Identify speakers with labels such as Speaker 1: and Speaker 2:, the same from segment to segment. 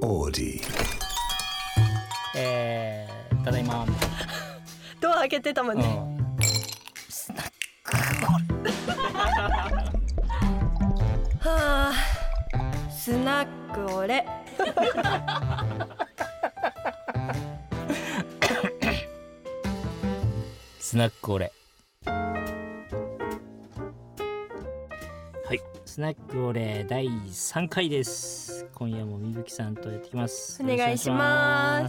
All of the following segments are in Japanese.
Speaker 1: オーディ
Speaker 2: えー、ただいまみたい
Speaker 3: ドア開けてたもん
Speaker 2: な、
Speaker 3: ね、
Speaker 2: うん
Speaker 3: はあスナックオレ
Speaker 2: スナックオレはいスナックオレ第3回です今夜もみぶきさんとやってきます
Speaker 3: お願いしま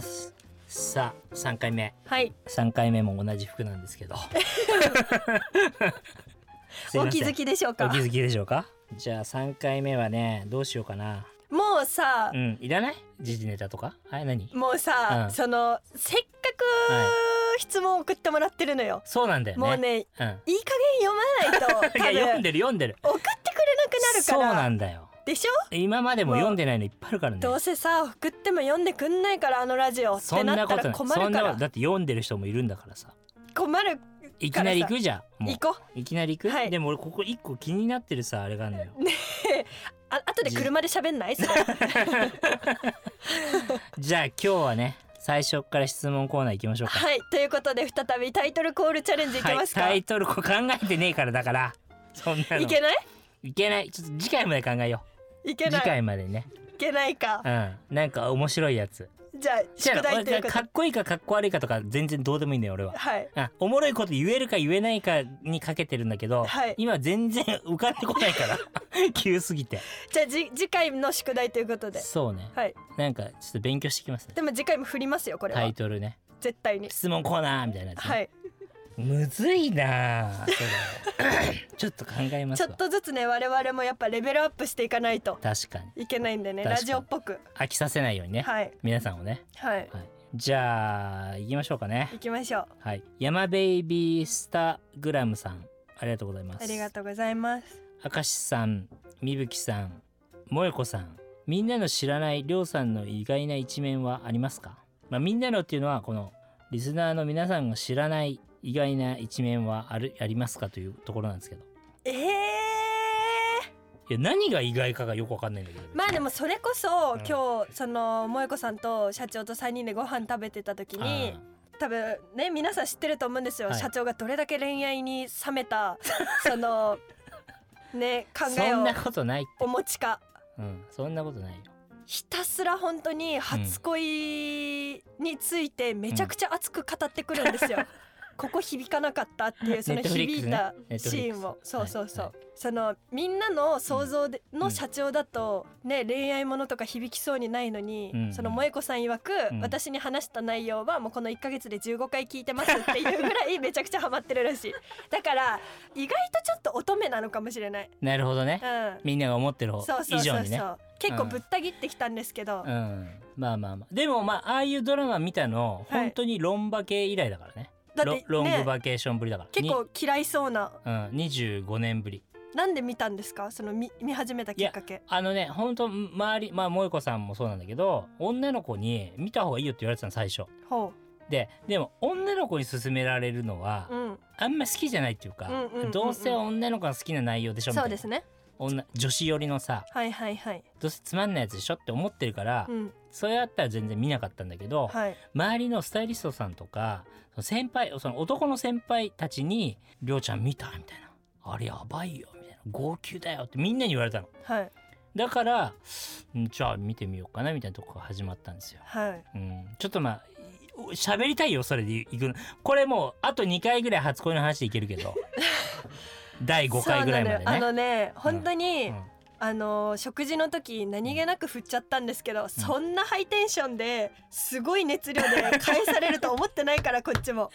Speaker 2: よろしくお願
Speaker 3: す
Speaker 2: いしますさあ3回目
Speaker 3: はい
Speaker 2: 3回目も同じ服なんですけ ど すい
Speaker 3: お
Speaker 2: ません
Speaker 3: 気づきでしょう
Speaker 2: お
Speaker 3: か
Speaker 2: 気づきでしょうかじゃあ3回目はねどうしようかな
Speaker 3: もうさ
Speaker 2: う、んいらない時事ネタとかあれ何
Speaker 3: もうさ、
Speaker 2: うん
Speaker 3: そのせっか
Speaker 2: はい
Speaker 3: く質問送ってもらってるのよ、
Speaker 2: そうなんだよね
Speaker 3: もうね
Speaker 2: うん
Speaker 3: いい加減読まないと多
Speaker 2: いや読ん
Speaker 3: 分
Speaker 2: でる読んでる
Speaker 3: 送ってくれなく
Speaker 2: そう
Speaker 3: なるか
Speaker 2: な
Speaker 3: ら
Speaker 2: んだよ
Speaker 3: でしょ
Speaker 2: 今までも読んでないのいっぱいあるからね
Speaker 3: どうせさ送っても読んでくんないからあのラジオっ
Speaker 2: そ
Speaker 3: て
Speaker 2: ん
Speaker 3: な
Speaker 2: な
Speaker 3: っ
Speaker 2: こ
Speaker 3: た
Speaker 2: とない
Speaker 3: ら
Speaker 2: そ
Speaker 3: 困る
Speaker 2: ん
Speaker 3: か
Speaker 2: なこ
Speaker 3: ら
Speaker 2: とだって読んでる人もいるんだからさ
Speaker 3: 困る
Speaker 2: いきなり行くじゃんもう
Speaker 3: 行こう
Speaker 2: いきなり行く、
Speaker 3: はい
Speaker 2: でも俺ここ一個気になってるさあれがあるのよ
Speaker 3: あ後で車で喋んな いそれ
Speaker 2: じゃあ今日はね最初から質問コーナー行きましょうか
Speaker 3: はいということで再びタイトルコールチャレンジいけますか、
Speaker 2: はい、タ
Speaker 3: い
Speaker 2: イトルこう考えてねえからだから そんなの
Speaker 3: けない
Speaker 2: いけないちょっと次回まで考えよ
Speaker 3: いうけ
Speaker 2: 次
Speaker 3: ない
Speaker 2: 回までね
Speaker 3: いけないか
Speaker 2: うんなんか面白いやつ
Speaker 3: じゃあ宿題というこ
Speaker 2: か
Speaker 3: と
Speaker 2: っこいいかかっこ悪いかとか全然どうでもいいんだよ俺は
Speaker 3: はい
Speaker 2: あおもろいこと言えるか言えないかにかけてるんだけど、
Speaker 3: はい
Speaker 2: 今全然浮かんでこない から急すぎて
Speaker 3: じゃあじ次回の宿題ということで
Speaker 2: そうね
Speaker 3: はい
Speaker 2: なんかちょっと勉強してきますね
Speaker 3: でも次回も振りますよこれは、
Speaker 2: タイトルね
Speaker 3: 絶対に
Speaker 2: 質問コーナーみたいなやつね、
Speaker 3: はい
Speaker 2: むずいなあそれ ちょっと考えます
Speaker 3: ち
Speaker 2: わ
Speaker 3: ょっとずつね我々もやっぱレベルアップしていかないと
Speaker 2: 確かに
Speaker 3: いけないんでね
Speaker 2: 確か
Speaker 3: ラ
Speaker 2: に
Speaker 3: ジオっぽく
Speaker 2: 飽きさせないようにね、
Speaker 3: はい
Speaker 2: 皆さんをね、
Speaker 3: はい
Speaker 2: はい、じゃあ行きましょうかね
Speaker 3: 行きましょう
Speaker 2: はい山ベイビースタグラムさんありがとうございます
Speaker 3: ありがとうございます
Speaker 2: 明石さんみぶきさん萌子さんみんなの知らないりょうさんの意外な一面はありますか、まあ、みんなのっていうのはこのリスナーの皆さんが知らない意外な一面はあるありますかというところなんですけど
Speaker 3: えー、
Speaker 2: いや何が意外かがよくわかんないんだけど、
Speaker 3: まあでもそれこそ、
Speaker 2: うん
Speaker 3: 今日その萌子さんと社長と3人でご飯食べてた時に多分ね皆さん知ってると思うんですよ、
Speaker 2: はい
Speaker 3: 社長がどれだけ恋愛に冷 めたそのね考
Speaker 2: あー
Speaker 3: え
Speaker 2: そん
Speaker 3: を
Speaker 2: なことないって、
Speaker 3: お持ちか
Speaker 2: うん、そんなことないよ
Speaker 3: ひたすら本当に初恋についてめちゃくちゃ熱く語ってくるんですよ。 ここ響かなかったっていうその
Speaker 2: Netflix ね
Speaker 3: 響いた
Speaker 2: Netflix
Speaker 3: シーンを、そうそうそう、
Speaker 2: はい
Speaker 3: そのみんなの想像で、
Speaker 2: う
Speaker 3: の
Speaker 2: ん
Speaker 3: 社長だとね恋愛ものとか響きそうにないのに、
Speaker 2: うん
Speaker 3: その萌子さん曰く、
Speaker 2: うん
Speaker 3: 私に話した内容はもうこの1ヶ月で15回聞いてますっていうぐらいめちゃくちゃハマってる らしいだから意外とちょっと乙女なのかもしれない、
Speaker 2: なるほどね
Speaker 3: うん、
Speaker 2: みんなが思ってる方
Speaker 3: そうそう
Speaker 2: 以
Speaker 3: そ
Speaker 2: 上
Speaker 3: う
Speaker 2: にね
Speaker 3: そう結構ぶった切ってきたんですけど、
Speaker 2: うんまあまあまあでもまあああいうドラマ見たの
Speaker 3: はい
Speaker 2: 本当にロンバケ以来だからね、
Speaker 3: だって
Speaker 2: ロ
Speaker 3: ね
Speaker 2: ロングバケーションぶりだから
Speaker 3: 結構嫌いそうな
Speaker 2: にうん、25年ぶり
Speaker 3: なんで見たんですかその見見始めたきっかけ
Speaker 2: あのね本当周りまあ萌子さんもそうなんだけど女の子に見た方がいいよって言われてたの最初
Speaker 3: ほ
Speaker 2: ででも女の子に勧められるのは、
Speaker 3: う、うん、
Speaker 2: あんま好きじゃないっていうか、
Speaker 3: うんうんうんうん
Speaker 2: どうせ女の子が好きな内容でしょみたいな
Speaker 3: そうですね
Speaker 2: 女女子寄りのさ
Speaker 3: はいはいはい
Speaker 2: どうせつまんないやつでしょって思ってるから、
Speaker 3: うん
Speaker 2: それあったら全然見なかったんだけど、
Speaker 3: はい
Speaker 2: 周りのスタイリストさんとかその先輩その男の先輩たちに「りょうちゃん見た?」みたいな「あれやばいよ」みたいな「号泣だよ」ってみんなに言われたの
Speaker 3: はい
Speaker 2: だからうんじゃあ見てみようかなみたいなとこが始まったんですよ、
Speaker 3: はい
Speaker 2: うん、ちょっとまあい喋りたいよそれでいくのこれもうあと2回ぐらい初恋の話でいけるけ ど第5回ぐらいまで
Speaker 3: そうなのよ
Speaker 2: ね
Speaker 3: あのね本当に、
Speaker 2: うん
Speaker 3: あの食事の時何気なく振っちゃったんですけど、そんなハイテンションですごい熱量で返されると思ってないから こっ ちも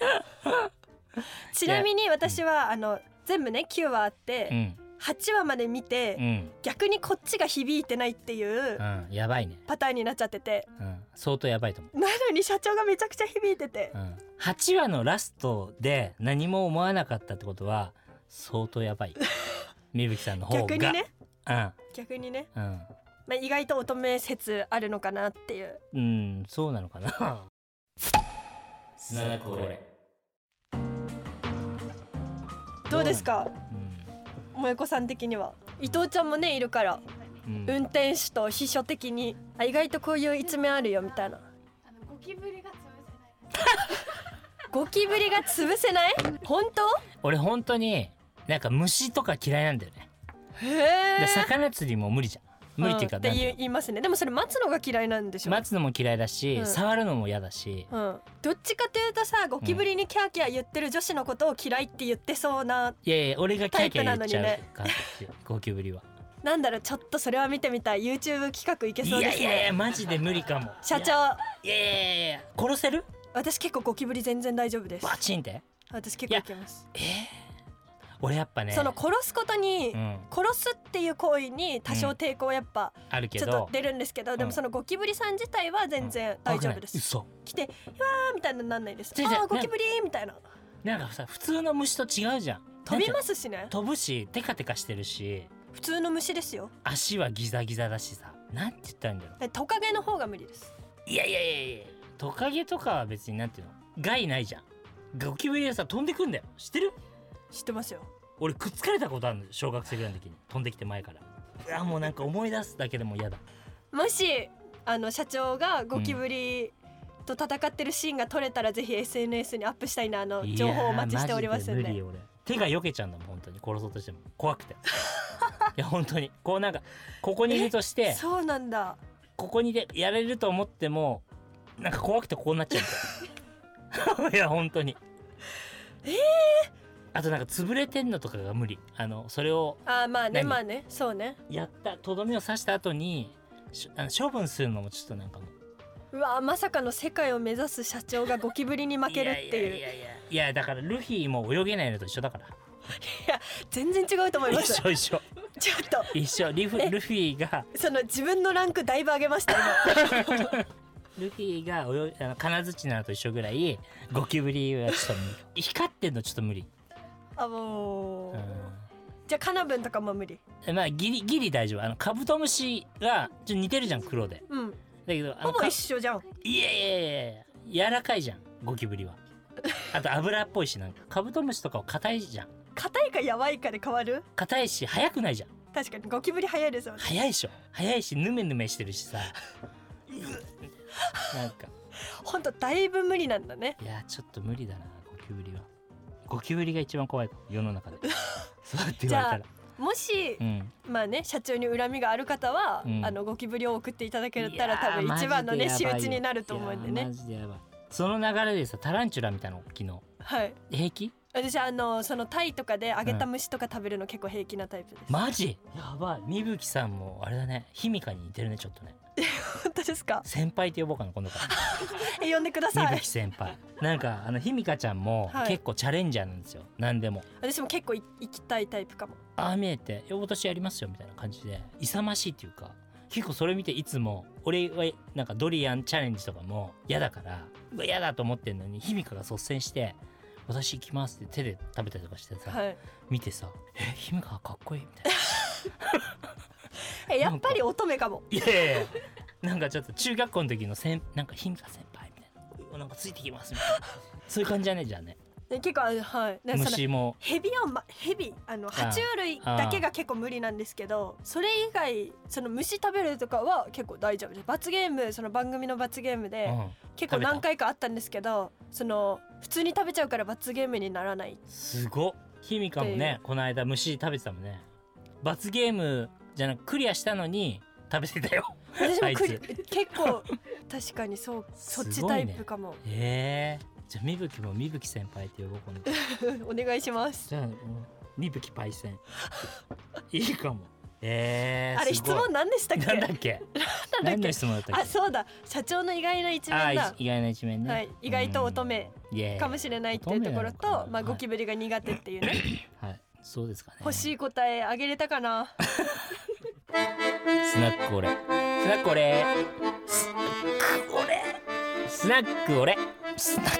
Speaker 3: ちなみに私はあの全部ね9話あって、
Speaker 2: うん
Speaker 3: 8話まで見て、
Speaker 2: うん
Speaker 3: 逆にこっちが響いてないっていう
Speaker 2: うんやばいね、
Speaker 3: パターンになっちゃってて
Speaker 2: うん、相当やばいと思う
Speaker 3: なのに社長がめちゃくちゃ響いてて
Speaker 2: うん、8話のラストで何も思わなかったってことは相当やば いみぶきさんの方が
Speaker 3: 逆にね
Speaker 2: うん
Speaker 3: 逆にね、
Speaker 2: うん
Speaker 3: まあ、意外と乙女説あるのかなっていう
Speaker 2: うん、そうなのかな砂田これ、
Speaker 3: どうですか
Speaker 2: うん
Speaker 3: 萌子さん的には伊藤ちゃんもねいるから
Speaker 2: うん
Speaker 3: 運転手と秘書的にあ意外とこういう一面あるよみたいな
Speaker 1: あのゴキブリが潰せない。
Speaker 3: ゴキブリが潰せない本当
Speaker 2: 俺本当になんか虫とか嫌いなんだよね、
Speaker 3: へ
Speaker 2: で
Speaker 3: え
Speaker 2: 魚釣りも無理じゃん無理っていうか
Speaker 3: っ
Speaker 2: な
Speaker 3: て
Speaker 2: んていう
Speaker 3: 言い言いますねでもそれ待つのが嫌いなんでしょ
Speaker 2: の待つのも嫌いだし、
Speaker 3: うん
Speaker 2: 触るのも嫌だし、
Speaker 3: うん、どっちかというとさゴキブリにキャーキャー言ってる女子のことを嫌いって言ってそうな、
Speaker 2: いやいや俺がキャーキャー言っちゃう
Speaker 3: タイプ
Speaker 2: からゴキブリは
Speaker 3: なんだろうちょっとそれは見てみたい YouTube 企画いけ
Speaker 2: い
Speaker 3: そうで
Speaker 2: や
Speaker 3: す
Speaker 2: い
Speaker 3: ね
Speaker 2: やいやマジで無理かも
Speaker 3: 社長
Speaker 2: いやいやいやいや殺せる
Speaker 3: 私結構ゴキブリ全然大丈夫です
Speaker 2: バチンって
Speaker 3: 私結構いけます、
Speaker 2: 俺やっぱね
Speaker 3: その殺すことに、
Speaker 2: うん
Speaker 3: 殺すっていう行為に多少抵抗やっぱ
Speaker 2: あるけ
Speaker 3: ちょっ
Speaker 2: ど
Speaker 3: と出るんですけど、
Speaker 2: ん
Speaker 3: でもそのゴキブリさん自体は全然大丈夫です、
Speaker 2: 嘘
Speaker 3: 来て「うわー」みたいになんないです「
Speaker 2: 違う違う
Speaker 3: あ
Speaker 2: な
Speaker 3: ーゴキブリー」みたいな
Speaker 2: なんかさ普通の虫と違うじゃん
Speaker 3: 飛びますすしね
Speaker 2: 飛ぶしテカテカしてるし
Speaker 3: 普通の虫ですよ
Speaker 2: 足はギザギザだしさなんて言ったらいいんだろ
Speaker 3: えトカゲの方が無理です
Speaker 2: ういやいやいやいやトカゲとかは別になんていうの害ないじゃんゴキブリがさ飛んでくんだよ知ってる
Speaker 3: 知ってますよ
Speaker 2: 俺くっつかれたことあるの小学生ぐらいの時に飛んできて前からうわもうなんか思い出すだけでも嫌だ
Speaker 3: もしあの社長がゴキブリと戦ってるシーンが撮れたら、ぜひ SNS にアップしたいなあの 情報をお待ちしております
Speaker 2: いや
Speaker 3: ん
Speaker 2: ーマジ無理
Speaker 3: で
Speaker 2: よ俺手が避けちゃうんだもん本当に殺そうとしても怖 くていや本当にこうなんかここにいるとして
Speaker 3: そうなんだ
Speaker 2: ここにでやれると思ってもなんか怖くてこうなっちゃう みたいいや本当に
Speaker 3: え
Speaker 2: あとなんか潰れてんのとかが無理あのそれを
Speaker 3: あーまあね
Speaker 2: 何
Speaker 3: まあねそうね
Speaker 2: やったとどめを刺した後にしあの処分するのもちょっとなんかもう
Speaker 3: うわまさかの世界を目指す社長がゴキブリに負けるっていう
Speaker 2: ややいやいやいやだからルフィも泳げないのと一緒だから
Speaker 3: 全然違うと思いま
Speaker 2: 一
Speaker 3: す
Speaker 2: 緒一緒
Speaker 3: ちょっと
Speaker 2: 一 緒リフ
Speaker 3: え
Speaker 2: ルフィが
Speaker 3: その自分のランクだいぶ上げました今
Speaker 2: ルフィが泳ぎあの金槌なのと一緒ぐらいゴキブリはちょっと無 理光ってんのちょっと無理、
Speaker 3: あもう、
Speaker 2: うん
Speaker 3: じゃあカナブンとかも無理
Speaker 2: えまあギリギリ大丈夫あのカブトムシがちょっと似てるじゃん黒で
Speaker 3: うん
Speaker 2: だけどあ
Speaker 3: ほ
Speaker 2: の
Speaker 3: ぼ
Speaker 2: か
Speaker 3: 一緒じゃん
Speaker 2: いやいやいやいや柔らかいじゃんゴキブリはあと油っぽいしなんかカブトムシとかは硬いじゃん
Speaker 3: 硬いかやばいかで変わる
Speaker 2: 硬いし速くないじゃん
Speaker 3: 確かにゴキブリ早いですよね
Speaker 2: 速いでしょ速いしヌメヌメしてるし さなんか
Speaker 3: ほんとだいぶ無理なんだね
Speaker 2: いやちょっと無理だなゴキブリはゴキブリが一番怖い世の 中でそうやって言われたら
Speaker 3: もし、
Speaker 2: うん
Speaker 3: まあね社長に恨みがある方は、
Speaker 2: うん
Speaker 3: あのゴキブリを送っていただけたら多分一番のね仕打ちになると思うんで
Speaker 2: いや
Speaker 3: ね
Speaker 2: マジでやばいその流れでさタランチュラみたいなの昨日
Speaker 3: はい
Speaker 2: 平気
Speaker 3: 私あのそのタイとかで揚げた虫とか食べるの結構平気なタイプです、
Speaker 2: マジやばいみぶきさんもあれだねひみかに似てるねちょっとね
Speaker 3: 本当ですか
Speaker 2: 先輩って呼ぼうかな今度 か
Speaker 3: え呼んでくだ
Speaker 2: ら
Speaker 3: さ
Speaker 2: み
Speaker 3: い
Speaker 2: ぶき先輩なんかあのひみかちゃんも
Speaker 3: はい
Speaker 2: 結構チャレンジャーなんですよ、何でも
Speaker 3: 私も結構い行きたいタイプかも
Speaker 2: ああ見えてよ私やりますよみたいな感じで勇ましいっていうか結構それ見ていつも俺はなんかドリアンチャレンジとかも嫌だからうわ嫌だと思ってんのにひみかが率先して「私行きます」って手で食べたりとかしてさ、
Speaker 3: はい
Speaker 2: 見てさ「えひみかかっこいい」みたいな。
Speaker 3: えやっぱり乙女かも
Speaker 2: いやいやいやなんかちょっと中学校の時の先なんかひみか先輩みたいななんかついてきますみたいなそういう感じじゃねえじゃんね
Speaker 3: ね結構あのはいねその
Speaker 2: 虫も
Speaker 3: ヘビはまヘビあの爬虫類だけが結構無理なんですけどそれ以外その虫食べるとかは結構大丈夫です罰ゲームその番組の罰ゲーム
Speaker 2: う
Speaker 3: で
Speaker 2: ん
Speaker 3: 結
Speaker 2: 食べた
Speaker 3: 構何回かあったんですけどその普通に食べちゃうから罰ゲームにならない
Speaker 2: すごっひみかも
Speaker 3: ってい
Speaker 2: ねこの間虫食べてたもんね罰ゲームじゃなくクリアしたのに食べてたよ
Speaker 3: 私もクリ
Speaker 2: あ
Speaker 3: 結構確かにそうそっち
Speaker 2: すご
Speaker 3: タ
Speaker 2: い
Speaker 3: イ
Speaker 2: ね
Speaker 3: プかも
Speaker 2: ええじゃあみぶきもみぶき先輩って呼ぼう今度
Speaker 3: お願いします
Speaker 2: じゃあもうみぶきパイ センいいかもええ
Speaker 3: あれ
Speaker 2: す
Speaker 3: 質
Speaker 2: ごい
Speaker 3: 問何でしたっけ
Speaker 2: なんだっけ何の質問だったっけ
Speaker 3: あそうだ社長の意外な一
Speaker 2: あ
Speaker 3: 面だ
Speaker 2: ーい意外な一面ね、
Speaker 3: はい意外と乙女
Speaker 2: うんイエーイ
Speaker 3: かもしれないっていうところ
Speaker 2: 乙女なの
Speaker 3: と
Speaker 2: かな
Speaker 3: ま
Speaker 2: は
Speaker 3: あ
Speaker 2: い
Speaker 3: ゴキブリが苦手っていうね
Speaker 2: はい、そうですかね。
Speaker 3: 欲しい答えあげれたかな
Speaker 2: スナックオレ。スナックオレ。スナックオレ。スナックオレ。スナックオ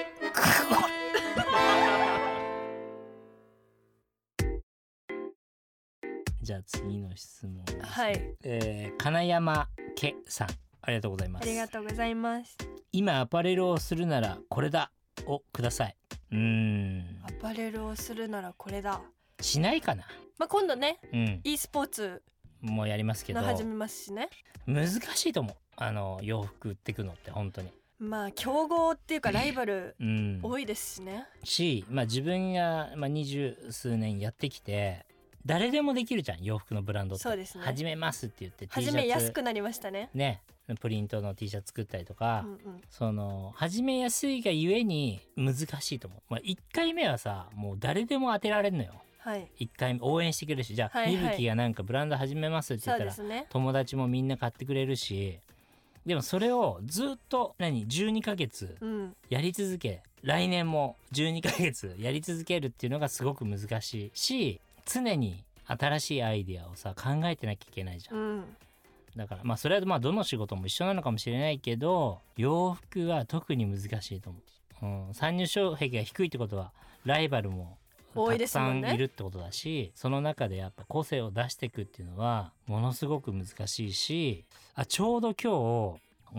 Speaker 2: レ。 じゃあ次の質問。
Speaker 3: はい
Speaker 2: えー、金山家さん、ありがとうございま
Speaker 3: あ
Speaker 2: す。
Speaker 3: りがとうございます
Speaker 2: 今アパレルをするならこれだをください。うーん
Speaker 3: ア、パレルをするならこれだ
Speaker 2: しないかな。
Speaker 3: まあ今度ね
Speaker 2: うん。
Speaker 3: e スポーツ
Speaker 2: もやりますけど
Speaker 3: の始めますしね
Speaker 2: 難しいと思うあの洋服売ってくのって本当に
Speaker 3: まあ競合っていうかライバル
Speaker 2: うん
Speaker 3: 多いですしね
Speaker 2: し、まあ、自分が、まあ、二十数年やってきて誰でもできるじゃん洋服のブランドって
Speaker 3: そうですね
Speaker 2: 始めますって言って T シャ
Speaker 3: 始
Speaker 2: ツ
Speaker 3: めやすくなりましたね
Speaker 2: ねプリントの T シャツ作ったりと
Speaker 3: う
Speaker 2: か、
Speaker 3: んうん
Speaker 2: その始めやすいがゆえに難しいと思う、まあ、1回目はさもう誰でも当てられんのよ
Speaker 3: はい
Speaker 2: 1回目応援してくれるしじゃあ
Speaker 3: はい
Speaker 2: み
Speaker 3: はい
Speaker 2: ぶきがなんかブランド始めますって
Speaker 3: そ
Speaker 2: 言った
Speaker 3: うで
Speaker 2: ら
Speaker 3: すね
Speaker 2: 友達もみんな買ってくれるしでもそれをずっと何12ヶ月
Speaker 3: うん
Speaker 2: やり続け来年も12ヶ月やり続けるっていうのがすごく難しいし常に新しいアイデアをさ考えてなきゃいけないじゃん
Speaker 3: う。ん
Speaker 2: だからまあそれはまあどの仕事も一緒なのかもしれないけど洋服は特に難しいと思う、うん、参入障壁が低いってことはライバルも
Speaker 3: 多
Speaker 2: た
Speaker 3: いで
Speaker 2: く
Speaker 3: す
Speaker 2: さ
Speaker 3: もん
Speaker 2: ん
Speaker 3: ね
Speaker 2: いるってことだし、その中でやっぱ個性を出していくっていうのはものすごく難しいしあちょうど今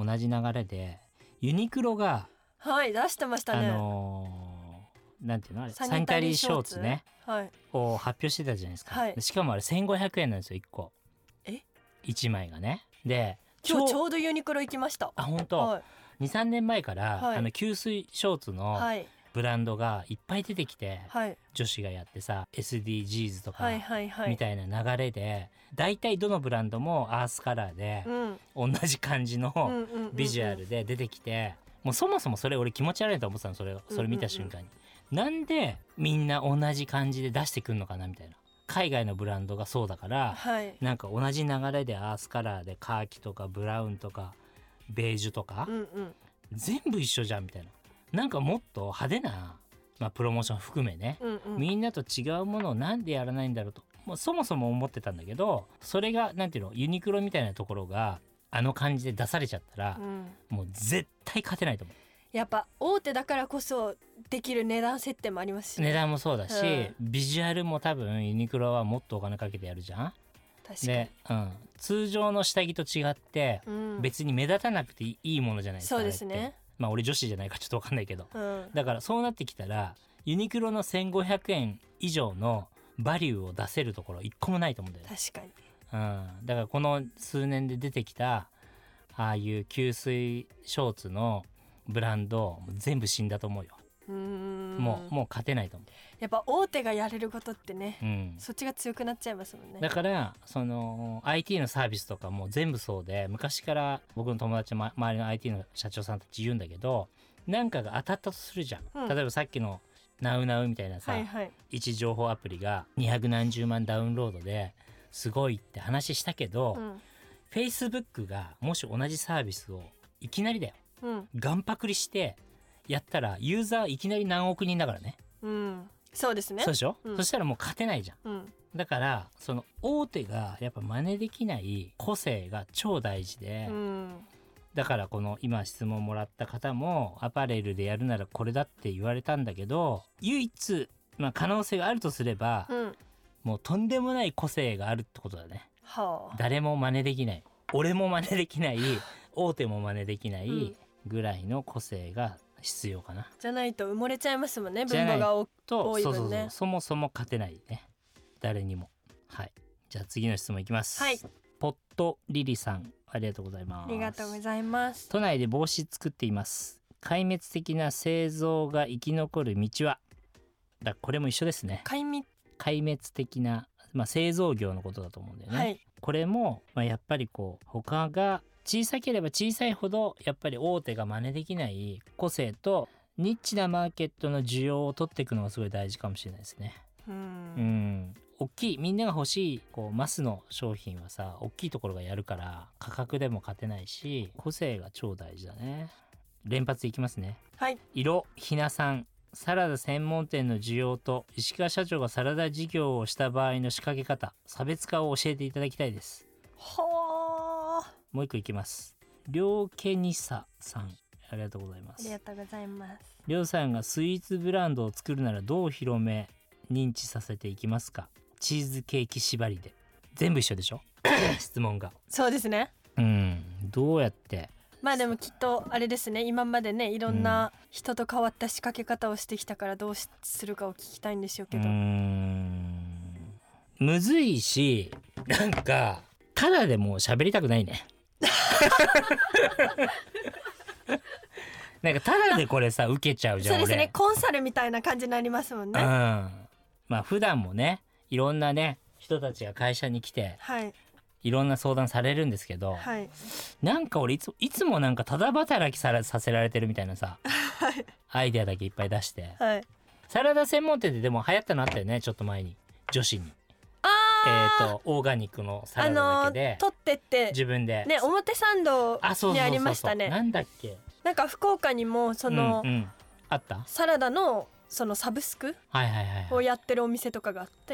Speaker 2: 日同じ流れでユニクロが、
Speaker 3: はい出してました
Speaker 2: あ
Speaker 3: ね
Speaker 2: のーなんていうのあれ
Speaker 3: サ
Speaker 2: サ
Speaker 3: ニ
Speaker 2: ニ
Speaker 3: タ
Speaker 2: タ
Speaker 3: リ
Speaker 2: リ
Speaker 3: ー
Speaker 2: ー
Speaker 3: シ
Speaker 2: ショ
Speaker 3: ョー
Speaker 2: ー
Speaker 3: ツ
Speaker 2: ツね
Speaker 3: はい
Speaker 2: を発表してたじゃないですか、
Speaker 3: はい
Speaker 2: でしかもあれ1500円なんですよ1個
Speaker 3: え
Speaker 2: 1枚がねで
Speaker 3: 今日ち
Speaker 2: 超
Speaker 3: ょうどユニクロ行きました
Speaker 2: あ本当、
Speaker 3: は
Speaker 2: 23年前から、
Speaker 3: はい
Speaker 2: あの吸水ショーツ
Speaker 3: い
Speaker 2: の
Speaker 3: はい
Speaker 2: ブランドがいっぱい出てきて、
Speaker 3: はい
Speaker 2: 女子がやってさ SDGs とか
Speaker 3: はいはいは
Speaker 2: み
Speaker 3: い
Speaker 2: たいな流れで大体どのブランドもアースカラーで
Speaker 3: う、ん
Speaker 2: 同じ感じ
Speaker 3: うん
Speaker 2: の
Speaker 3: うんうんうん
Speaker 2: ビジュアルで出てきて、もうそもそもそれ俺気持ち悪いと思ってたのそれをそれ見た瞬間に。なんでみんな同じ感じで出してくんのかなみたいな海外のブランドがそうだから
Speaker 3: はい
Speaker 2: なんか同じ流れでアースカラーでカーキとかブラウンとかベージュとか
Speaker 3: う、んうん
Speaker 2: 全部一緒じゃんみたいななんかもっと派手な、まあ、プロモーション含めね、
Speaker 3: うんうん
Speaker 2: みんなと違うものをなんでやらないんだろうともうそもそも思ってたんだけどそれがなんていうのユニクロみたいなところがあの感じで出されちゃったら
Speaker 3: う、ん
Speaker 2: もう絶対勝てないと思
Speaker 3: やっぱ大手だからこそできる値段設定もありますし
Speaker 2: う値段もそうだし、
Speaker 3: うん
Speaker 2: ビジュアルも多分ユニクロはもっとお金かけてやるじゃん。
Speaker 3: 確かに
Speaker 2: で、うん、通常の下着と違って
Speaker 3: うん
Speaker 2: 別に目立たなくていいものじゃないですか
Speaker 3: そうです
Speaker 2: あれっ
Speaker 3: ね
Speaker 2: てまあ俺女子じゃないからちょっとわかんないけど
Speaker 3: うん
Speaker 2: だからそうなってきたらユニクロの1500円以上のバリューを出せるところ一個もないと思うんだよね、
Speaker 3: 確かに
Speaker 2: うん、だからこの数年で出てきたああいう吸水ショーツのブランドもう全部死んだと思うよ、
Speaker 3: うーん
Speaker 2: もうもう勝てないと思
Speaker 3: やっぱ大手がやれることってね
Speaker 2: う、うん、
Speaker 3: そっちが強くなっちゃいますもん
Speaker 2: だ
Speaker 3: ね
Speaker 2: からその IT のサービスとかも全部そうで昔から僕の友達、ま、周りの IT の社長さんたち言うんだけどなんかが当たったとするじゃん、
Speaker 3: うん
Speaker 2: 例えばさっきの「ナウナウみたいなさ、
Speaker 3: はいはい
Speaker 2: 位置情報アプリが200何十万ダウンロードですごいって話したけど、
Speaker 3: うん
Speaker 2: Facebook がもし同じサービスをいきなりだよ
Speaker 3: うん
Speaker 2: ガンパクリしてやったらユーザーいきなり何億人だからね
Speaker 3: うんそうですね
Speaker 2: そうでしょ、
Speaker 3: うん
Speaker 2: そしたらもう勝てないじゃん
Speaker 3: うん
Speaker 2: だからその大手がやっぱ真似できない個性が超大事で、
Speaker 3: うん
Speaker 2: だからこの今質問もらった方もアパレルでやるならこれだって言われたんだけど唯一、まあ、可能性があるとすれば、
Speaker 3: うん
Speaker 2: もうとんでもない個性があるってことだね
Speaker 3: はあ
Speaker 2: 誰も真似できない俺も真似できない大手も真似できな
Speaker 3: うん
Speaker 2: いぐらいの個性が必要かな
Speaker 3: じゃないと埋もれちゃいますもんね
Speaker 2: じ
Speaker 3: 分
Speaker 2: ゃな
Speaker 3: 母
Speaker 2: い
Speaker 3: が多く
Speaker 2: と、
Speaker 3: 多い
Speaker 2: そう
Speaker 3: 分
Speaker 2: そうそ
Speaker 3: ね
Speaker 2: うそもそも勝てないね誰にもはいじゃあ次の質問いきます
Speaker 3: はい
Speaker 2: ポットリリさんありがとうございます
Speaker 3: ありがとうございます
Speaker 2: 都内で帽子作っています壊滅的な製造が生き残る道はだこれも一緒ですね
Speaker 3: 解密
Speaker 2: 壊滅的な、まあ、製造業のことだと思うんだよね、
Speaker 3: はい
Speaker 2: これも、まあ、やっぱりこう他が小さければ小さいほどやっぱり大手が真似できない個性とニッチなマーケットの需要を取っていくのがすごい大事かもしれないですね。
Speaker 3: う
Speaker 2: うんん大きいみんなが欲しいこうマスの商品はさ大きいところがやるから価格でも勝てないし個性が超大事だね。連発いきますね。
Speaker 3: はい
Speaker 2: 色ひなさんサラダ専門店の需要と石川社長がサラダ事業をした場合の仕掛け方差別化を教えていただきたいです。
Speaker 3: はあ
Speaker 2: もう一個いきます。りょうけにささん。ありがとうございま
Speaker 3: あり
Speaker 2: す
Speaker 3: が。とうございます
Speaker 2: りょうさんがスイーツブランドを作るならどう広め認知させていきますかチーズケーキ縛りで。全部一緒でし ょ質問が。
Speaker 3: そうですね
Speaker 2: うん。どうやって
Speaker 3: まあでもきっとあれですね今までねいろんな人と変わった仕掛け方をしてきたからどうしするかを聞きたいんでしょ
Speaker 2: う
Speaker 3: うけ
Speaker 2: ー
Speaker 3: ど、
Speaker 2: ん。むずいし、なんか、ただでもう喋りたくない ねなんかただでこれさ受けちゃうじゃ
Speaker 3: そ
Speaker 2: ん
Speaker 3: うですね
Speaker 2: 俺
Speaker 3: コンサルみたいな感じになりますもん
Speaker 2: う
Speaker 3: ね
Speaker 2: んまあ普段もねいろんなね人たちが会社に来て
Speaker 3: はい
Speaker 2: いろんな相談されるんですけど、
Speaker 3: はい
Speaker 2: なんか俺いついつもなんかただ働きさらさせられてるみたいなさアイデアだけいっぱい出して
Speaker 3: はい
Speaker 2: サラダ専門店ででも流行ったのあったよねちょっと前に女子にえっ、
Speaker 3: あー、
Speaker 2: とオーガニックのサ
Speaker 3: あ
Speaker 2: ラダだ
Speaker 3: の
Speaker 2: けで、
Speaker 3: 取ってって
Speaker 2: 自分で
Speaker 3: ね表参道
Speaker 2: あそうそうそうそう
Speaker 3: にありましたね
Speaker 2: なんだっけ
Speaker 3: なんか福岡にもその、
Speaker 2: うんうんあった
Speaker 3: サラダのそのサブスク
Speaker 2: はいはいはい
Speaker 3: を
Speaker 2: はい
Speaker 3: やってるお店とかがあって、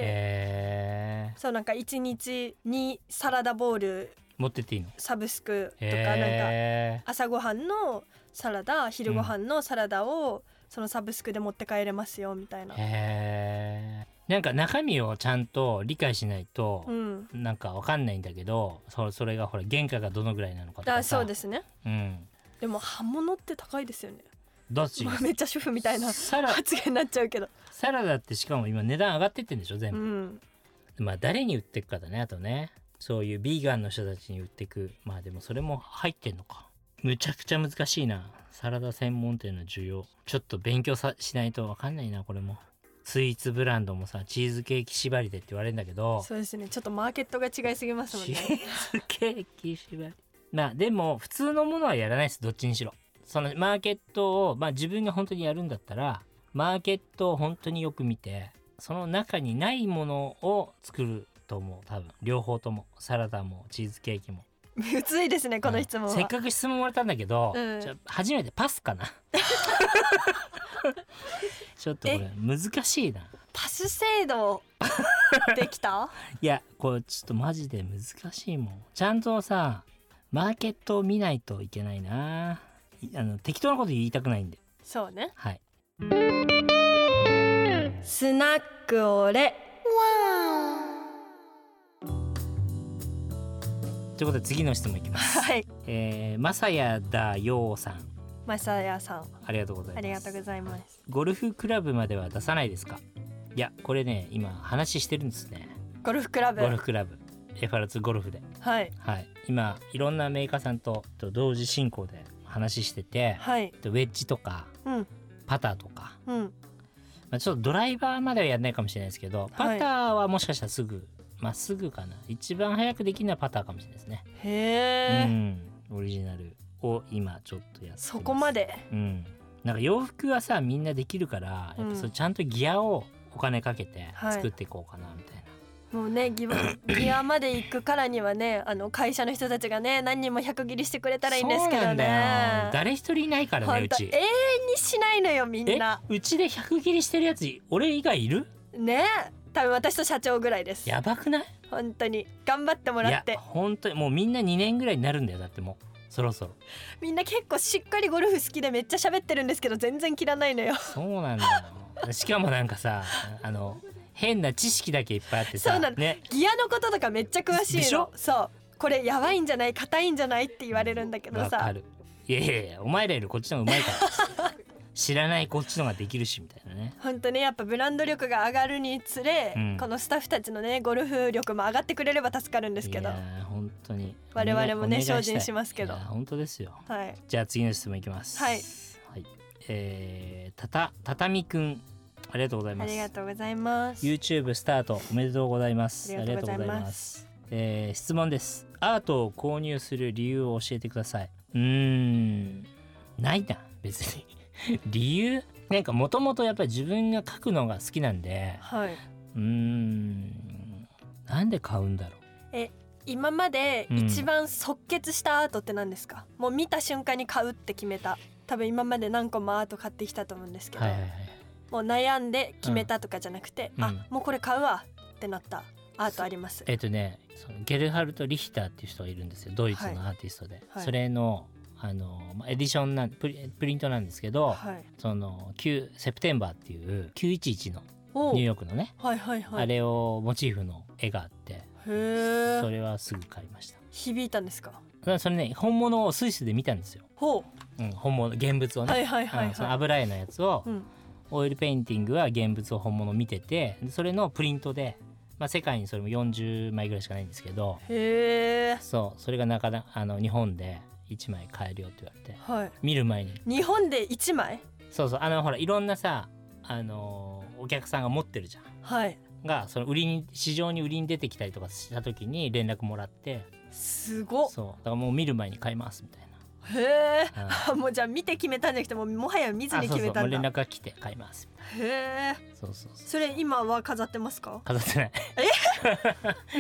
Speaker 2: へー
Speaker 3: そうなんか一日にサラダボウル
Speaker 2: 持ってっていいの
Speaker 3: サブスクとかなんか
Speaker 2: へ
Speaker 3: 朝ごはんのサラダ昼ごはんのサラダをそのサブスクで持って帰れますよみたいな
Speaker 2: ー、へーなんか中身をちゃんと理解しないと
Speaker 3: う、ん、
Speaker 2: なんかわかんないんだけどそそれがほら原価がどのぐらいなのかとか
Speaker 3: だ
Speaker 2: さ
Speaker 3: そうですね
Speaker 2: うん
Speaker 3: でも葉物って高いですよね、
Speaker 2: どっち
Speaker 3: まあ、 めっちゃ主婦みたいな
Speaker 2: サラ
Speaker 3: 発言になっちゃうけど、
Speaker 2: サラダってしかも今値段上がってってんでしょ全
Speaker 3: う
Speaker 2: 部、
Speaker 3: ん、
Speaker 2: まあ誰に売ってくかだねあとねそういうビーガンの人たちに売ってくまあでもそれも入ってんのかむちゃくちゃ難しいなサラダ専門店の需要ちょっと勉強さしないとわかんないなこれもスイーツブランドもさチーズケーキ縛りでって言われるんだけど
Speaker 3: そうですねちょっとマーケットが違いすぎますもん
Speaker 2: チ
Speaker 3: ね
Speaker 2: ーズケーキ縛りまあでも普通のものはやらないですどっちにしろそのマーケットをまあ自分が本当にやるんだったらマーケットを本当によく見てその中にないものを作ると思う多分両方ともサラダもチーズケーキも
Speaker 3: むずいですねこの質問
Speaker 2: うんせっ
Speaker 3: は、
Speaker 2: かく質問もらったんだけど、
Speaker 3: うん
Speaker 2: ちょ初めてパスかな ちょっとこれ難しいな
Speaker 3: パス制度できた
Speaker 2: いやこれちょっとマジで難しいもんちゃんとさマーケットを見ないといけないないあの適当なこと言いたくないんで
Speaker 3: そうね
Speaker 2: はい
Speaker 3: スナックオレ
Speaker 2: ということで次の質問いきます
Speaker 3: はい
Speaker 2: えー、まさやだようさん
Speaker 3: マサヤさん
Speaker 2: ありがとうございます
Speaker 3: ありがとうございます
Speaker 2: ゴルフクラブまでは出さないですかいやこれね今話してるんですね
Speaker 3: ゴルフクラブ
Speaker 2: ゴルフクラブ FR2 ゴルフで
Speaker 3: はい
Speaker 2: はい今いろんなメーカーさんとと同時進行で話してて
Speaker 3: はい
Speaker 2: とウェッジとか
Speaker 3: うん
Speaker 2: パターとか
Speaker 3: うん
Speaker 2: まあ、ちょっとドライバーまではやらないかもしれないですけど
Speaker 3: は
Speaker 2: パ
Speaker 3: い
Speaker 2: ターはもしかしたらすぐ、まあすぐかな一番早くできるのはパターかもしれないですね、
Speaker 3: へえ、
Speaker 2: うんオリジナルを今ちょっとやってます
Speaker 3: そこまで
Speaker 2: うんなんか洋服はさみんなできるからやっぱそうれ
Speaker 3: ん
Speaker 2: ちゃんとギアをお金かけて
Speaker 3: はい
Speaker 2: 作っていこうかなみたいな、
Speaker 3: もうねギア ギアまで行くからにはねあの会社の人たちがね何人も百切りしてくれたらいいんですけ
Speaker 2: そうな
Speaker 3: ど
Speaker 2: んだよ
Speaker 3: ね
Speaker 2: 誰一人いないからね
Speaker 3: 本
Speaker 2: う
Speaker 3: 当永
Speaker 2: ち
Speaker 3: 遠にしないのよみん
Speaker 2: え
Speaker 3: な
Speaker 2: うちで100切りしてるやつ俺以外いる
Speaker 3: ね多分私と社長ぐらいです
Speaker 2: やばくない
Speaker 3: 本当に頑張っても
Speaker 2: い
Speaker 3: ら
Speaker 2: や
Speaker 3: って
Speaker 2: 本当にもうみんな2年ぐらいになるんだよだってもうそろそろ
Speaker 3: みんな結構しっかりゴルフ好きでめっちゃ喋ってるんですけど全然切らないのよ
Speaker 2: そうなんだよ。しかもなんかさ、あの変な知識だけいっぱいあってさ、
Speaker 3: そうなの
Speaker 2: ね、
Speaker 3: ギアのこととかめっちゃ詳しいの
Speaker 2: でしょ
Speaker 3: そうこれやばいんじゃない硬いんじゃないって言われるんだけど
Speaker 2: わか
Speaker 3: さ
Speaker 2: る。いやいやいや、お前らよりこっちの方がうまいから。 知らないこっちの方ができるしみたいなね。
Speaker 3: 本当にやっぱブランド力が上がるにつれ、
Speaker 2: うん
Speaker 3: このスタッフたちのねゴルフ力も上がってくれれば助かるんですけど
Speaker 2: いやー本当に
Speaker 3: 我々もね
Speaker 2: お願いたい
Speaker 3: 精進しますけど
Speaker 2: いやー本当ですよ。
Speaker 3: はい
Speaker 2: じゃあ次の質問いきます。
Speaker 3: はい
Speaker 2: はい。えー、たたたたみくんありがとうござい
Speaker 3: あ
Speaker 2: ます。
Speaker 3: りがとうございます
Speaker 2: YouTube スタートおめでとうございます。
Speaker 3: ありがとうございます
Speaker 2: す。えー質問です。アートを購入する理由を教えてください。うーん、ないな、別に。 理由なんかもともとやっぱり自分が書くのが好きなんで、
Speaker 3: はいう
Speaker 2: ーん、なんで買うんだろ
Speaker 3: 今まで
Speaker 2: うん
Speaker 3: 一番即決したアートって何ですか、もう見た瞬間に買うって決めた多分今まで何個もアート買ってきたと思うんですけ
Speaker 2: う。
Speaker 3: ど、
Speaker 2: はいはいはい。
Speaker 3: もう悩んで決めたとかじゃなくて、
Speaker 2: うん
Speaker 3: あ
Speaker 2: うん
Speaker 3: もうこれ買うわってなったアートあります
Speaker 2: えっ、とね、そのゲルハルト・リヒターっていう人がいるんですよ。ドイツのアーティストで。
Speaker 3: はい
Speaker 2: それの、あの、まあエディションなんプリ、プリントなんですけど、
Speaker 3: はい
Speaker 2: その、9、セプテンバーっていう911の
Speaker 3: おう
Speaker 2: ニューヨークのね、
Speaker 3: はいはいはい
Speaker 2: あれをモチーフの絵があって
Speaker 3: へ
Speaker 2: そ
Speaker 3: え
Speaker 2: れはすぐ買いました
Speaker 3: 響いたんですか
Speaker 2: だからそれね本物をスイスで見たんですよ、
Speaker 3: ほ
Speaker 2: うん、本物現物を
Speaker 3: う
Speaker 2: ね、
Speaker 3: はいはいはい
Speaker 2: うんその
Speaker 3: は
Speaker 2: 油絵のやつを、
Speaker 3: いうん
Speaker 2: オイルペインティングは現物を本物見ててそれのプリントでまあ、世界にそれも40枚ぐらいしかないんですけど
Speaker 3: へえ
Speaker 2: そうそれがなかなあの日本で1枚買えるよって言われて
Speaker 3: はい
Speaker 2: 見る前に
Speaker 3: 日本で一枚
Speaker 2: そうそうあのほらいろんなさあのーお客さんが持ってるじゃん
Speaker 3: はい
Speaker 2: がその売りに市場に売りに出てきたりとかした時に連絡もらって
Speaker 3: すごっ
Speaker 2: そうだからもう見る前に買いますみたいな
Speaker 3: へえ
Speaker 2: あ
Speaker 3: もうじゃあ見て決めたんじゃなくてもうもはや見ず
Speaker 2: あ
Speaker 3: に
Speaker 2: そう
Speaker 3: 決
Speaker 2: そ
Speaker 3: め
Speaker 2: うも
Speaker 3: た
Speaker 2: うん
Speaker 3: だ
Speaker 2: 連絡が来て買いますみたい
Speaker 3: へえ
Speaker 2: なそうそうそう
Speaker 3: それ今は飾ってますか
Speaker 2: 飾ってない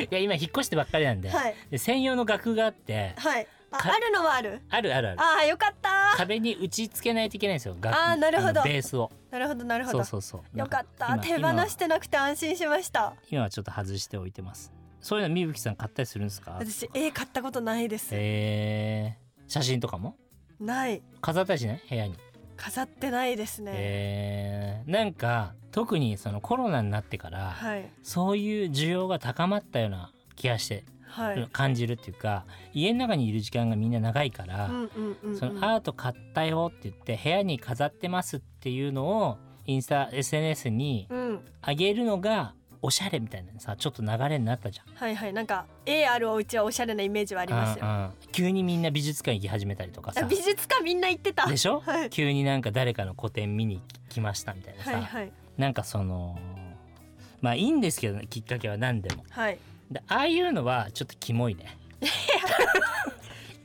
Speaker 2: え いや今引っ越してばっかりなんで,、
Speaker 3: はい
Speaker 2: で専用の額があって
Speaker 3: はいあ
Speaker 2: か
Speaker 3: あるのはある
Speaker 2: あるあるある
Speaker 3: ああよかった
Speaker 2: 壁に打ち付けないといけないんですよ額
Speaker 3: あーなるほど
Speaker 2: のベースを
Speaker 3: なるほどなるほ
Speaker 2: そう
Speaker 3: ど
Speaker 2: そうそう
Speaker 3: よかった
Speaker 2: なん
Speaker 3: 手
Speaker 2: 今
Speaker 3: 放してなくて安心しました
Speaker 2: 今今はちょっと外しておいてますそういうのみぶきさん買ったりするんですか
Speaker 3: 私絵買ったことないです
Speaker 2: えー、写真とかも
Speaker 3: ない
Speaker 2: 飾ったりしない部屋に
Speaker 3: 飾ってないですね
Speaker 2: えー、なんか特にそのコロナになってから、
Speaker 3: はい
Speaker 2: そういう需要が高まったような気がして、
Speaker 3: はいうん
Speaker 2: 感じるっていうか家の中にいる時間がみんな長いから、
Speaker 3: うんうんうん
Speaker 2: そのアート買ったよって言って部屋に飾ってますっていうのをインスタ SNS に
Speaker 3: うん
Speaker 2: 上げるのがおしゃれみたいなさちょっと流れになったじゃん。
Speaker 3: はいはいなんか絵あるお家はおしゃれなイメージはありますよ
Speaker 2: うんうん急にみんな美術館行き始めたりとか
Speaker 3: あ
Speaker 2: さ
Speaker 3: 美術館みんな行ってた
Speaker 2: でしょ、
Speaker 3: はい
Speaker 2: 急になんか誰かの個展見に来ましたみたいなさ、
Speaker 3: はいはい
Speaker 2: なんかそのまあいいんですけどねきっかけは何でも
Speaker 3: はい
Speaker 2: でああいうのはちょっとキモいね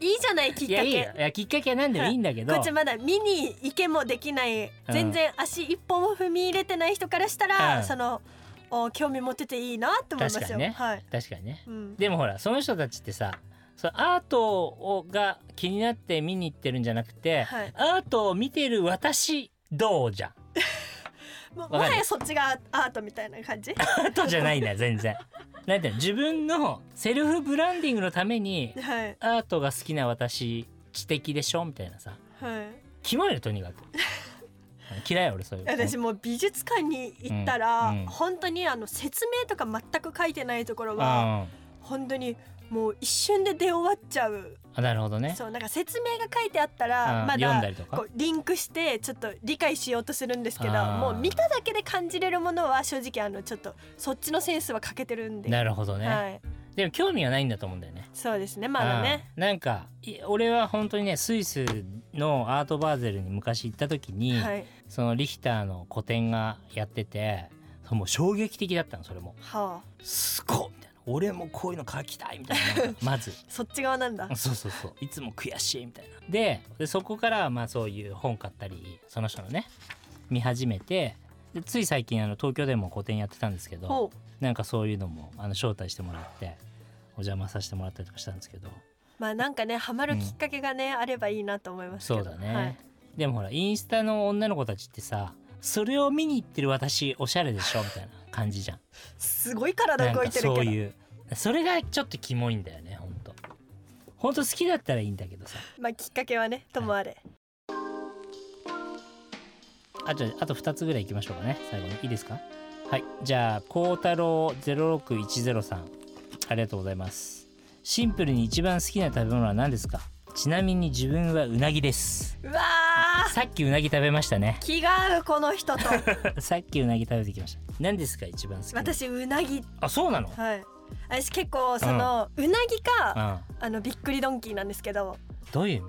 Speaker 3: いいじゃないきっ
Speaker 2: い
Speaker 3: か
Speaker 2: やいいよ
Speaker 3: け
Speaker 2: いやきっかけは何でもいいんだけど
Speaker 3: こっちまだ見に行けもできない全然足一歩も踏み入れてない人からした
Speaker 2: う
Speaker 3: ら
Speaker 2: ん
Speaker 3: そのお興味持ってていいなって思いま
Speaker 2: 確
Speaker 3: す
Speaker 2: かに
Speaker 3: よ
Speaker 2: ね
Speaker 3: はい
Speaker 2: 確かにね
Speaker 3: うん
Speaker 2: でもほらその人たちってさそのアートをが気になって見に行ってるんじゃなくて、
Speaker 3: はい
Speaker 2: アートを見てる私どうじゃん
Speaker 3: も
Speaker 2: か
Speaker 3: も
Speaker 2: る
Speaker 3: はやそっちがアートみたいな感じ
Speaker 2: アートじゃないんだよ全然なんていうの自分のセルフブランディングのために
Speaker 3: はい
Speaker 2: アートが好きな私知的でしょみたいなさ
Speaker 3: はい
Speaker 2: キモいよとにかく嫌い俺そういうの
Speaker 3: 私もう美術館に行ったら、
Speaker 2: うんうん
Speaker 3: 本当にあの説明とか全く書いてないところは
Speaker 2: あ
Speaker 3: 本当にもう一瞬で出終わっちゃう、
Speaker 2: あなるほどね
Speaker 3: そうなんか説明が書いてあったら
Speaker 2: うん
Speaker 3: ま
Speaker 2: 読ん
Speaker 3: だ
Speaker 2: だりとか
Speaker 3: こうリンクしてちょっと理解しようとするんですけど
Speaker 2: あー
Speaker 3: もう見ただけで感じれるものは正直あのちょっとそっちのセンスは欠けてるんで、
Speaker 2: なるほどね、
Speaker 3: はい、
Speaker 2: でも興味がないんだと思うんだよね
Speaker 3: そうですねまだね、
Speaker 2: うんなんかい俺は本当にねスイスのアートバーゼルに昔行った時に、
Speaker 3: はい
Speaker 2: そのリヒターの個展がやっててそうもう衝撃的だったのそれも
Speaker 3: はあ
Speaker 2: すごっみたいな俺もこういうの描きたいみたいな なんかまず
Speaker 3: そっち側なんだ
Speaker 2: そうそうそういつも悔しいみたいなででそこからまあそういう本買ったりその人のね見始めてでつい最近あの東京でも個展やってたんですけど
Speaker 3: ほう
Speaker 2: なんかそういうのもあの招待してもらってお邪魔させてもらったりとかしたんですけど
Speaker 3: まあなんかねハマるきっかけがね、あればいいなと思いますけ
Speaker 2: そ
Speaker 3: ど
Speaker 2: うだね、
Speaker 3: はい
Speaker 2: でもほらインスタの女の子たちってさそれを見に行ってる私おしゃれでしょみたいな感じじゃん
Speaker 3: すごい
Speaker 2: な
Speaker 3: 体
Speaker 2: ん
Speaker 3: 動い
Speaker 2: か
Speaker 3: てるけど
Speaker 2: そういうそれがちょっとキモいんだよねほんとほんと好きだったらいいんだけどさ
Speaker 3: まあきっかけはねともあれ
Speaker 2: あじゃああと2つぐらい行きましょうかね最後にいいですかはいじゃあ孝太郎0610さんありがとうございますシンプルに一番好きな食べ物は何ですかちなみに自分はうなぎです
Speaker 3: うわー
Speaker 2: さっきうなぎ食べましたね
Speaker 3: 気が合うこの 人と
Speaker 2: さっきうなぎ食べてきました何ですか一番好きな
Speaker 3: 私うなぎ
Speaker 2: あそうなの
Speaker 3: はい私結構その、うなぎか、
Speaker 2: う
Speaker 3: あのびっくりドンキーなんですけど
Speaker 2: んどういう意味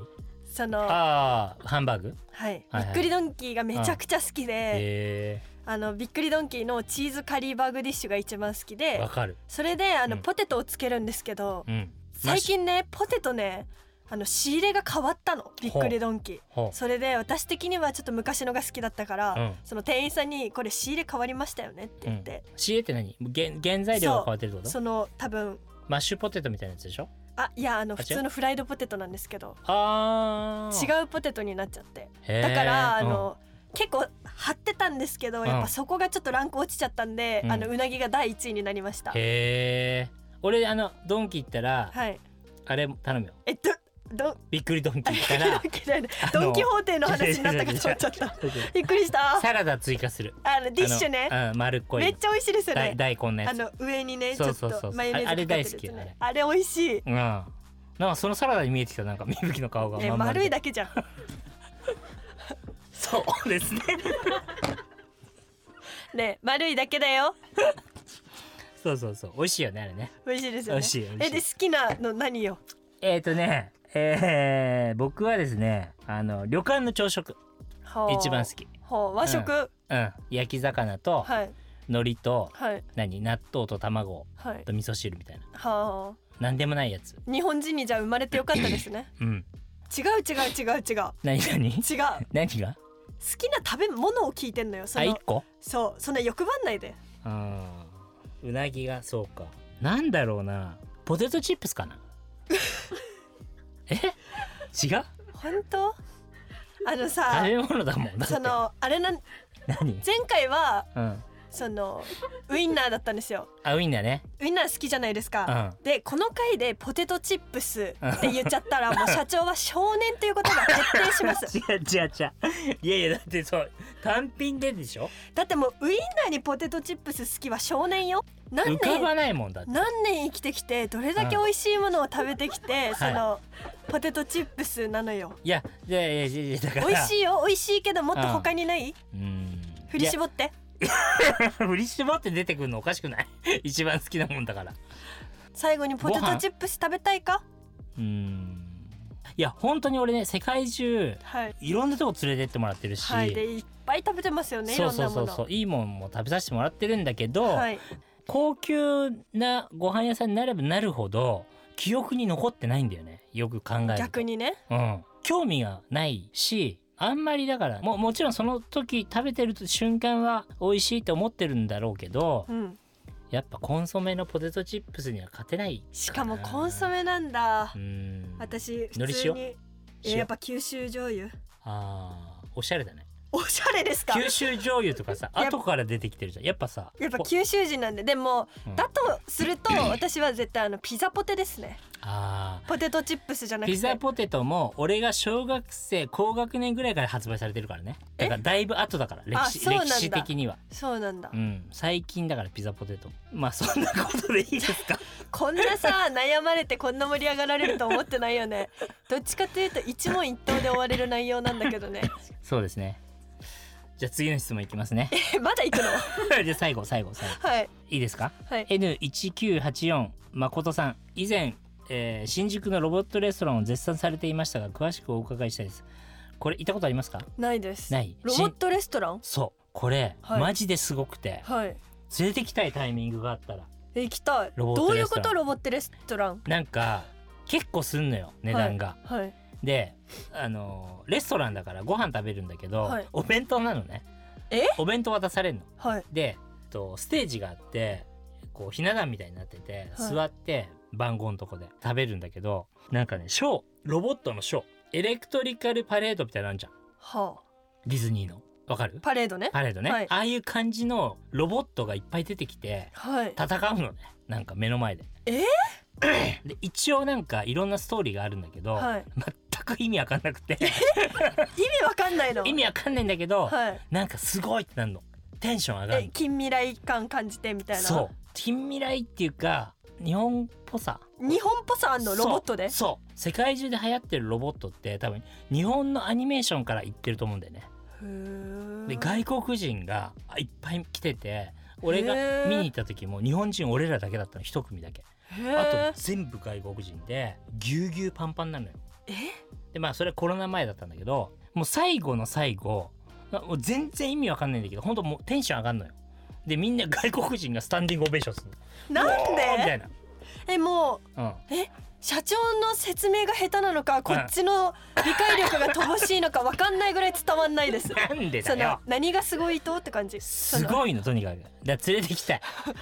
Speaker 3: そのはい、
Speaker 2: ああハンバーグはいはい
Speaker 3: びっくりドンキーがめちゃくちゃ好きで、
Speaker 2: へ
Speaker 3: あのびっくりドンキーのチーズカリーバーグディッシュが一番好き
Speaker 2: えわ
Speaker 3: で
Speaker 2: かる
Speaker 3: それであの、
Speaker 2: うん
Speaker 3: ポテトをつけるんですけど、
Speaker 2: うん
Speaker 3: 最近ねポテトねあの仕入れが変わったのびっくりドンキー
Speaker 2: ほう
Speaker 3: それで私的にはちょっと昔のが好きだったから、
Speaker 2: うん
Speaker 3: その店員さんに「これ仕入れ変わりましたよね」って言って、
Speaker 2: 仕入れって何原原材料が変わってるってこと
Speaker 3: その多分
Speaker 2: マッシュポテトみたいなやつでしょ
Speaker 3: あいやあの
Speaker 2: あ違う
Speaker 3: 普通のフライドポテトなんですけど
Speaker 2: あ
Speaker 3: 違
Speaker 2: う
Speaker 3: うポテトになっちゃって
Speaker 2: だ
Speaker 3: だからあの、結構張ってたんですけどやっ
Speaker 2: うん
Speaker 3: ぱそこがちょっとランク落ちちゃったんで、
Speaker 2: うん
Speaker 3: あのうなぎが第一位になりました。
Speaker 2: へえ俺あのドンキ行ったら、
Speaker 3: はい、
Speaker 2: あれ頼むよ
Speaker 3: えっとど
Speaker 2: びっくりドンキ行った
Speaker 3: ド
Speaker 2: ら
Speaker 3: ンキだよね
Speaker 2: あの
Speaker 3: ドン・キホーテの話に なったかと思っちゃった。びっくりした。
Speaker 2: サラダ追加する
Speaker 3: あのディッシュね
Speaker 2: あ。のうん丸っこいの
Speaker 3: めっちゃ美味しいですよ
Speaker 2: だい
Speaker 3: ね。
Speaker 2: 大根のや
Speaker 3: あ
Speaker 2: つ
Speaker 3: の上にねち
Speaker 2: そ
Speaker 3: ょ
Speaker 2: う
Speaker 3: っ
Speaker 2: そうそうそう
Speaker 3: とマヨネーズ
Speaker 2: あれ大好き
Speaker 3: かかってるやつねあれ美味しい。
Speaker 2: うんなんかそのサラダに見えてきたなんかみぶきの顔が
Speaker 3: ね
Speaker 2: まん丸
Speaker 3: 丸
Speaker 2: で
Speaker 3: いだけじゃん。
Speaker 2: そうですね
Speaker 3: ね丸いだけだよ。
Speaker 2: そうそうそう美味しいよねあれね
Speaker 3: 美味しいです
Speaker 2: 美
Speaker 3: よね
Speaker 2: 味しい美
Speaker 3: え
Speaker 2: 味
Speaker 3: で
Speaker 2: しい
Speaker 3: 好きなの何よ
Speaker 2: えっ、とねえー、僕はですねあの旅館の朝食
Speaker 3: はあ
Speaker 2: 一番好き
Speaker 3: はあ和食、
Speaker 2: うん焼き魚と
Speaker 3: はい
Speaker 2: 海苔と
Speaker 3: はい
Speaker 2: 何納豆と卵
Speaker 3: はい
Speaker 2: と味噌汁みたいな
Speaker 3: は
Speaker 2: 何でもないやつ
Speaker 3: あ日本人にじゃあ生まれてよかったです ね
Speaker 2: うん
Speaker 3: 違う違う違う違う
Speaker 2: 何何
Speaker 3: 違う好
Speaker 2: 何が
Speaker 3: きな食べ物を聞いてんのよそ
Speaker 2: あ一
Speaker 3: の
Speaker 2: 個
Speaker 3: そうそんな欲張んないで
Speaker 2: あーうなぎがそうかなんだろうなポテトチップスかなえ違う
Speaker 3: 本当あのさ
Speaker 2: 食べ物だもんだって
Speaker 3: そのあれなん
Speaker 2: 何
Speaker 3: 前回は
Speaker 2: うん
Speaker 3: そのウインナーだったんですよ
Speaker 2: あウインナーね
Speaker 3: ウインナー好きじゃないです
Speaker 2: う
Speaker 3: か、
Speaker 2: ん
Speaker 3: でこの回でポテトチップスって言っちゃった らもう社長は少年ということが決定します
Speaker 2: 違う違う違ういやいやだってそう単品ででしょ
Speaker 3: だってもうウインナーにポテトチップス好きは少年よ何
Speaker 2: 浮か
Speaker 3: 年
Speaker 2: ばないもんだって
Speaker 3: 何年生きてきてどれだけ美味しいものを食べてきて、そのポテトチップスなのよ
Speaker 2: いやいやいやいやいやだから
Speaker 3: 美味しいよ美味しいけどもっと
Speaker 2: うん
Speaker 3: 他にない、
Speaker 2: うん
Speaker 3: 振り絞って
Speaker 2: いや振り絞って出てくるのおかしくない 一番好きなもんだから
Speaker 3: 最後にポテトチップス食べたいか
Speaker 2: うんいや本当に俺ね世界中
Speaker 3: はい、
Speaker 2: いろんなとこ連れてってもらってるし、
Speaker 3: はい、でいっぱい食べてますよねい
Speaker 2: そ
Speaker 3: ろ
Speaker 2: うんそ
Speaker 3: な
Speaker 2: う
Speaker 3: も
Speaker 2: そう
Speaker 3: の
Speaker 2: そういいもんも食べさせてもらってるんだけど、
Speaker 3: はい
Speaker 2: 高級なご飯屋さんになればなるほど記憶に残ってないんだよねよく考えると
Speaker 3: 逆にね
Speaker 2: うん、興味がないしあんまりだからももちろんその時食べてる瞬間は美味しいと思ってるんだろうけど
Speaker 3: うん
Speaker 2: やっぱコンソメのポテトチップスには勝てない
Speaker 3: しかもコンソメなんだ
Speaker 2: うん
Speaker 3: 私
Speaker 2: の
Speaker 3: 普
Speaker 2: り
Speaker 3: 通
Speaker 2: 塩
Speaker 3: にえ
Speaker 2: 塩
Speaker 3: やっぱ九州醤油
Speaker 2: あーおしゃれだね
Speaker 3: おしゃれですか
Speaker 2: 九州醤油とかさ
Speaker 3: やっ
Speaker 2: 後から出てきてるじゃんやっぱさ
Speaker 3: やっぱ
Speaker 2: お
Speaker 3: 九州人なんででも、
Speaker 2: うん
Speaker 3: だとすると私は絶対あのピザポテですね
Speaker 2: あー
Speaker 3: ポテトチップスじゃなくて
Speaker 2: ピザポテトも俺が小学生高学年ぐらいから発売されてるからねだからだいぶ後だから歴史
Speaker 3: そうなん
Speaker 2: 歴
Speaker 3: だ
Speaker 2: 史的には
Speaker 3: そうなんだ、
Speaker 2: うん最近だからピザポテトまあそんなことでいいですか
Speaker 3: こんなさ悩まれてこんな盛り上がられると思ってない よねどっちかというと一問一答で終われる内容なんだけど ね
Speaker 2: そうですね。じゃあ次の質問いき ますね。
Speaker 3: えまだ行くの
Speaker 2: じゃあ最後最後最後
Speaker 3: はい
Speaker 2: いいですか
Speaker 3: はい
Speaker 2: N1984 誠さん以前、えー新宿のロボットレストランを絶賛されていましたが詳しくお伺いしたいです。これ行ったことありますか
Speaker 3: ないです
Speaker 2: ない
Speaker 3: ロボットレストラン
Speaker 2: そうこれ、
Speaker 3: はい
Speaker 2: マジですごくて
Speaker 3: はい
Speaker 2: 連れてきたいタイミングがあったら
Speaker 3: え行きたい
Speaker 2: ロボッ
Speaker 3: ど
Speaker 2: ト
Speaker 3: うい
Speaker 2: レ
Speaker 3: う
Speaker 2: スト
Speaker 3: こ
Speaker 2: ラン
Speaker 3: とロボットレストラン
Speaker 2: なんか結構すんのよ値段が。
Speaker 3: はい
Speaker 2: であのーレストランだからご飯食べるんだけど、
Speaker 3: はい
Speaker 2: お弁当なのね。
Speaker 3: え
Speaker 2: お弁当渡されんの。
Speaker 3: はい
Speaker 2: でとステージがあってこうひな壇みたいになってて
Speaker 3: はい
Speaker 2: 座って番号のとこで食べるんだけど、なんかねショーロボットのショーエレクトリカルパレードみたいなのあんじゃん
Speaker 3: はあ
Speaker 2: ディズニーのわかる
Speaker 3: パレードね
Speaker 2: パレードね、
Speaker 3: はい
Speaker 2: ああいう感じのロボットがいっぱい出てきて
Speaker 3: はい
Speaker 2: 戦うのねなんか目の前で。
Speaker 3: え
Speaker 2: で一応なんかいろんなストーリーがあるんだけど、
Speaker 3: はい
Speaker 2: 全く意味わかんなくて
Speaker 3: 意味わかんないの
Speaker 2: 意味わかんないんだけど、
Speaker 3: はい
Speaker 2: なんかすごいってなるのテンション上がる
Speaker 3: え
Speaker 2: の
Speaker 3: 近未来感感じてみたいな
Speaker 2: そう近未来っていうか日本っぽさ
Speaker 3: 日本っぽさあんの
Speaker 2: そう
Speaker 3: ロボットで
Speaker 2: そう世界中で流行ってるロボットって多分日本のアニメーションからいってると思うんだよね
Speaker 3: へー
Speaker 2: で外国人があいっぱい来てて俺
Speaker 3: へ
Speaker 2: が
Speaker 3: ー
Speaker 2: 見に行った時も日本人俺らだけだったの一組だけ
Speaker 3: へ
Speaker 2: あと
Speaker 3: ー
Speaker 2: 全部外国人でぎゅうぎゅうパンパンなのよ
Speaker 3: え
Speaker 2: でまあそれはコロナ前だったんだけどもう最後の最後まあもう全然意味わかんないんだけど本当もうテンション上がんのよでみんな外国人がスタンディングオベーションするの
Speaker 3: なん
Speaker 2: おーみた
Speaker 3: で
Speaker 2: いな、
Speaker 3: えもう
Speaker 2: うん、
Speaker 3: 社長の説明が下手なのかこっちの理解力が乏しいのかわかんないぐらい伝わんな いです
Speaker 2: なんで
Speaker 3: そ
Speaker 2: だよ
Speaker 3: の何がすごいとって感じそ
Speaker 2: す
Speaker 3: の
Speaker 2: ごいのとにかくだから連れてきたい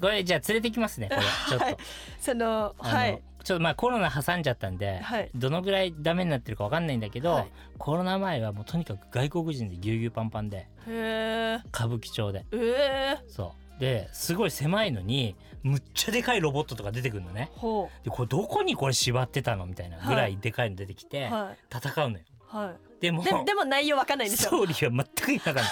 Speaker 2: これじゃあ連れてきますねこれちょっと、
Speaker 3: はいその
Speaker 2: あの
Speaker 3: はい
Speaker 2: ちょっとまあコロナ挟んじゃったんで、
Speaker 3: はい
Speaker 2: どのぐらいダメになってるかわかんないんだけど、
Speaker 3: はい
Speaker 2: コロナ前はもうとにかく外国人でぎゅうぎゅうパンパンで
Speaker 3: へえ
Speaker 2: 歌舞伎町で
Speaker 3: えー
Speaker 2: そうですごい狭いのにむっちゃでかいロボットとか出てくるのね
Speaker 3: ほ
Speaker 2: でこれどこにこれ縛ってたのみたいなぐらいでかいの出てき
Speaker 3: う
Speaker 2: て、
Speaker 3: は
Speaker 2: 戦うのよ
Speaker 3: いは
Speaker 2: でも
Speaker 3: いででも内容わかんないんです
Speaker 2: ス
Speaker 3: よ
Speaker 2: トーリーは全く意味わ かんない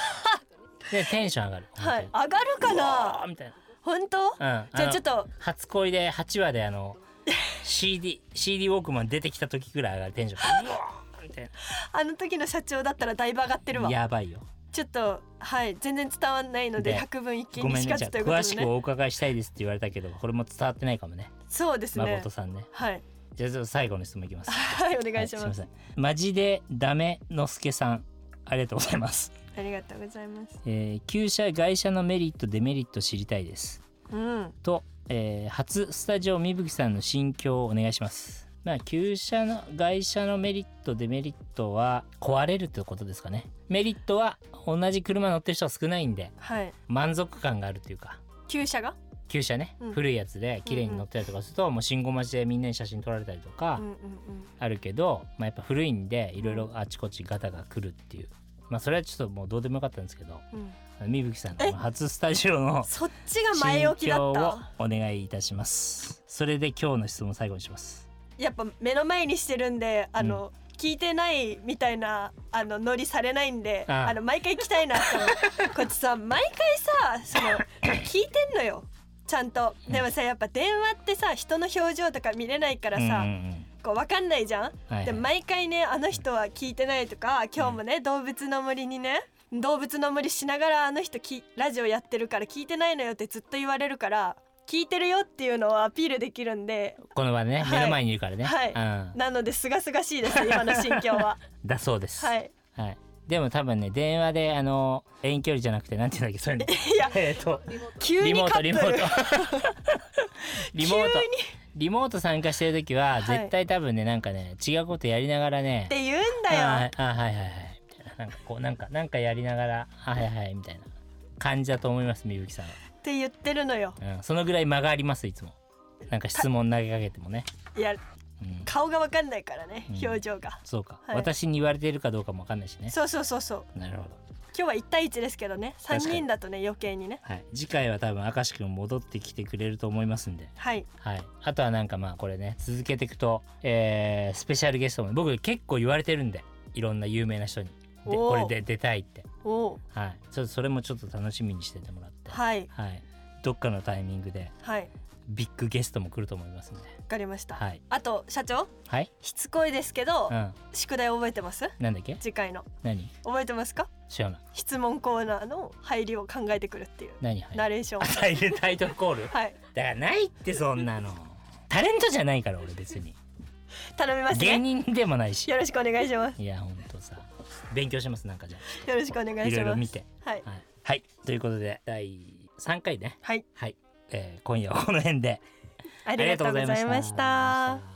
Speaker 2: でテンション上がる
Speaker 3: はい
Speaker 2: 本
Speaker 3: 上がる
Speaker 2: 当
Speaker 3: か
Speaker 2: にう
Speaker 3: な
Speaker 2: わーみたいな
Speaker 3: 本当
Speaker 2: うんあ
Speaker 3: じゃあ
Speaker 2: の
Speaker 3: ちょっと
Speaker 2: 初恋で8話であの CD, CD ウォークマン出てきた時ぐらい上がるテンションうわーみたい
Speaker 3: あの時の社長だったらだいぶ上がってるわ
Speaker 2: なやばいよ
Speaker 3: ちょっとはい全然伝わんないので
Speaker 2: で
Speaker 3: 百分一
Speaker 2: ご
Speaker 3: 見に
Speaker 2: め
Speaker 3: し
Speaker 2: んね
Speaker 3: か
Speaker 2: じゃ
Speaker 3: ず
Speaker 2: あ
Speaker 3: ということ
Speaker 2: 詳
Speaker 3: で
Speaker 2: しく
Speaker 3: ね
Speaker 2: お伺いしたいですって言われたけどこれも伝わってないかもね
Speaker 3: そうですね
Speaker 2: 誠さんね
Speaker 3: はい
Speaker 2: じゃあ最後の質問いきます
Speaker 3: はいお願いし
Speaker 2: はす
Speaker 3: ます,、
Speaker 2: いませんマジでダメのすけさんありがとうございます、
Speaker 3: ありがとうございます
Speaker 2: えー、旧車外車のメリットデメリット知りたいです
Speaker 3: うん
Speaker 2: と、えー初スタジオみぶきさんの心境をお願いしますまあ旧車の外車のメリットデメリットは壊れるということですかねメリットは同じ車乗ってる人は少ないんで
Speaker 3: はい
Speaker 2: 満足感があるというか
Speaker 3: 旧車が
Speaker 2: 旧車ね、
Speaker 3: うん
Speaker 2: 古いやつで綺麗に乗ってたりとかすると、もう信号待ちでみんなに写真撮られたりとか、
Speaker 3: うんうん
Speaker 2: あるけど、まあ、やっぱ古いんでいろいろあちこちガタが来るっていう、まあ、それはちょっともうどうでもよかったんですけど
Speaker 3: うんうん
Speaker 2: みぶきさんのこの初スタジオの
Speaker 3: そっちが前
Speaker 2: 心
Speaker 3: 置きだ
Speaker 2: 境
Speaker 3: っ
Speaker 2: を
Speaker 3: た
Speaker 2: お願いいたしますそれで今日の質問を最後にします
Speaker 3: やっぱ目の前にしてるんであの、聞いてないみたいなあのノリされないんで
Speaker 2: ああ
Speaker 3: あの毎回来たいなって思う こっちさ毎回さその聞いてんのよちゃんとでもさやっぱ電話ってさ人の表情とか見れないからさ、
Speaker 2: うんうんうん
Speaker 3: こう分かんないじゃん、
Speaker 2: はいはい
Speaker 3: で毎回ねあの人は聞いてないとか今日もね、動物の森にね動物の森しながらあの人きラジオやってるから聞いてないのよってずっと言われるから聞いてるよっていうのをアピールできるんで
Speaker 2: この場でね、
Speaker 3: はい
Speaker 2: 目の前にいるからね、
Speaker 3: はい
Speaker 2: うん、
Speaker 3: なので清々しいです今の心境 は
Speaker 2: だそうです、
Speaker 3: はいい
Speaker 2: はい、でも多分ね電話であの遠距離じゃなくてなんていうんだっけそういうの
Speaker 3: いや
Speaker 2: えっと
Speaker 3: 急
Speaker 2: リ
Speaker 3: に
Speaker 2: モー
Speaker 3: カ
Speaker 2: ト
Speaker 3: ップル
Speaker 2: リモートリモー ト
Speaker 3: 急に
Speaker 2: リモート参加してる時は
Speaker 3: はい
Speaker 2: 絶対多分ね、なんかね違うことやりながらね
Speaker 3: って言うん
Speaker 2: あ
Speaker 3: だよ、
Speaker 2: はいあはいはいはいみたいななんかこうなんかなんかやりながらあはいはいみたいな感じだと思いますみぶきさん
Speaker 3: って言ってるのよ
Speaker 2: は、うん、そのぐらい間がありますいつもなんか質問投げかけてもね、
Speaker 3: いや
Speaker 2: うん、
Speaker 3: 顔が分かんないからね、
Speaker 2: うん
Speaker 3: 表情が
Speaker 2: そうか、
Speaker 3: はい
Speaker 2: 私に言われてるかどうかもわかんないしね
Speaker 3: そうそうそうそう
Speaker 2: なるほど
Speaker 3: 今日は1対1ですけどね3
Speaker 2: 確かに
Speaker 3: 人だとね余計にね
Speaker 2: はい次回は多分明石くん戻ってきてくれると思いますんで
Speaker 3: はい
Speaker 2: はい、あとはなんかまあこれね続けていくと、えースペシャルゲストも僕結構言われてるんでいろんな有名な人にで
Speaker 3: おー
Speaker 2: これで出たいって、
Speaker 3: おう
Speaker 2: はい、ちょっとそれもちょっと楽しみにしててもらって、
Speaker 3: はい
Speaker 2: はい、どっかのタイミングで
Speaker 3: はいわ
Speaker 2: ビッグゲストも来ると思いますんで
Speaker 3: かりました、
Speaker 2: はい
Speaker 3: あと社長
Speaker 2: はい、
Speaker 3: しつこいですけど、
Speaker 2: うん、
Speaker 3: 宿題覚えてます
Speaker 2: なんだっけ
Speaker 3: 次回の
Speaker 2: 何
Speaker 3: 覚えてますか
Speaker 2: 知らない
Speaker 3: 質問コーナーの入りを考えてくるっていう
Speaker 2: 何入
Speaker 3: ナ
Speaker 2: る
Speaker 3: レーション
Speaker 2: あタイルタイトルコールだか
Speaker 3: はい
Speaker 2: らないってそんなのタレントじゃないから俺別に
Speaker 3: 頼みます
Speaker 2: 芸
Speaker 3: ね
Speaker 2: 人でもないし
Speaker 3: よろしくお願いします
Speaker 2: いやほんとさ勉強しますなんかじゃ
Speaker 3: よろしくお願
Speaker 2: あ
Speaker 3: い
Speaker 2: い
Speaker 3: し
Speaker 2: ろい
Speaker 3: ま
Speaker 2: ろ
Speaker 3: す
Speaker 2: 見て
Speaker 3: はい
Speaker 2: はい、はい、ということで第3回ね
Speaker 3: はい
Speaker 2: はい、えー今夜はこの辺で
Speaker 3: ありがとうございました。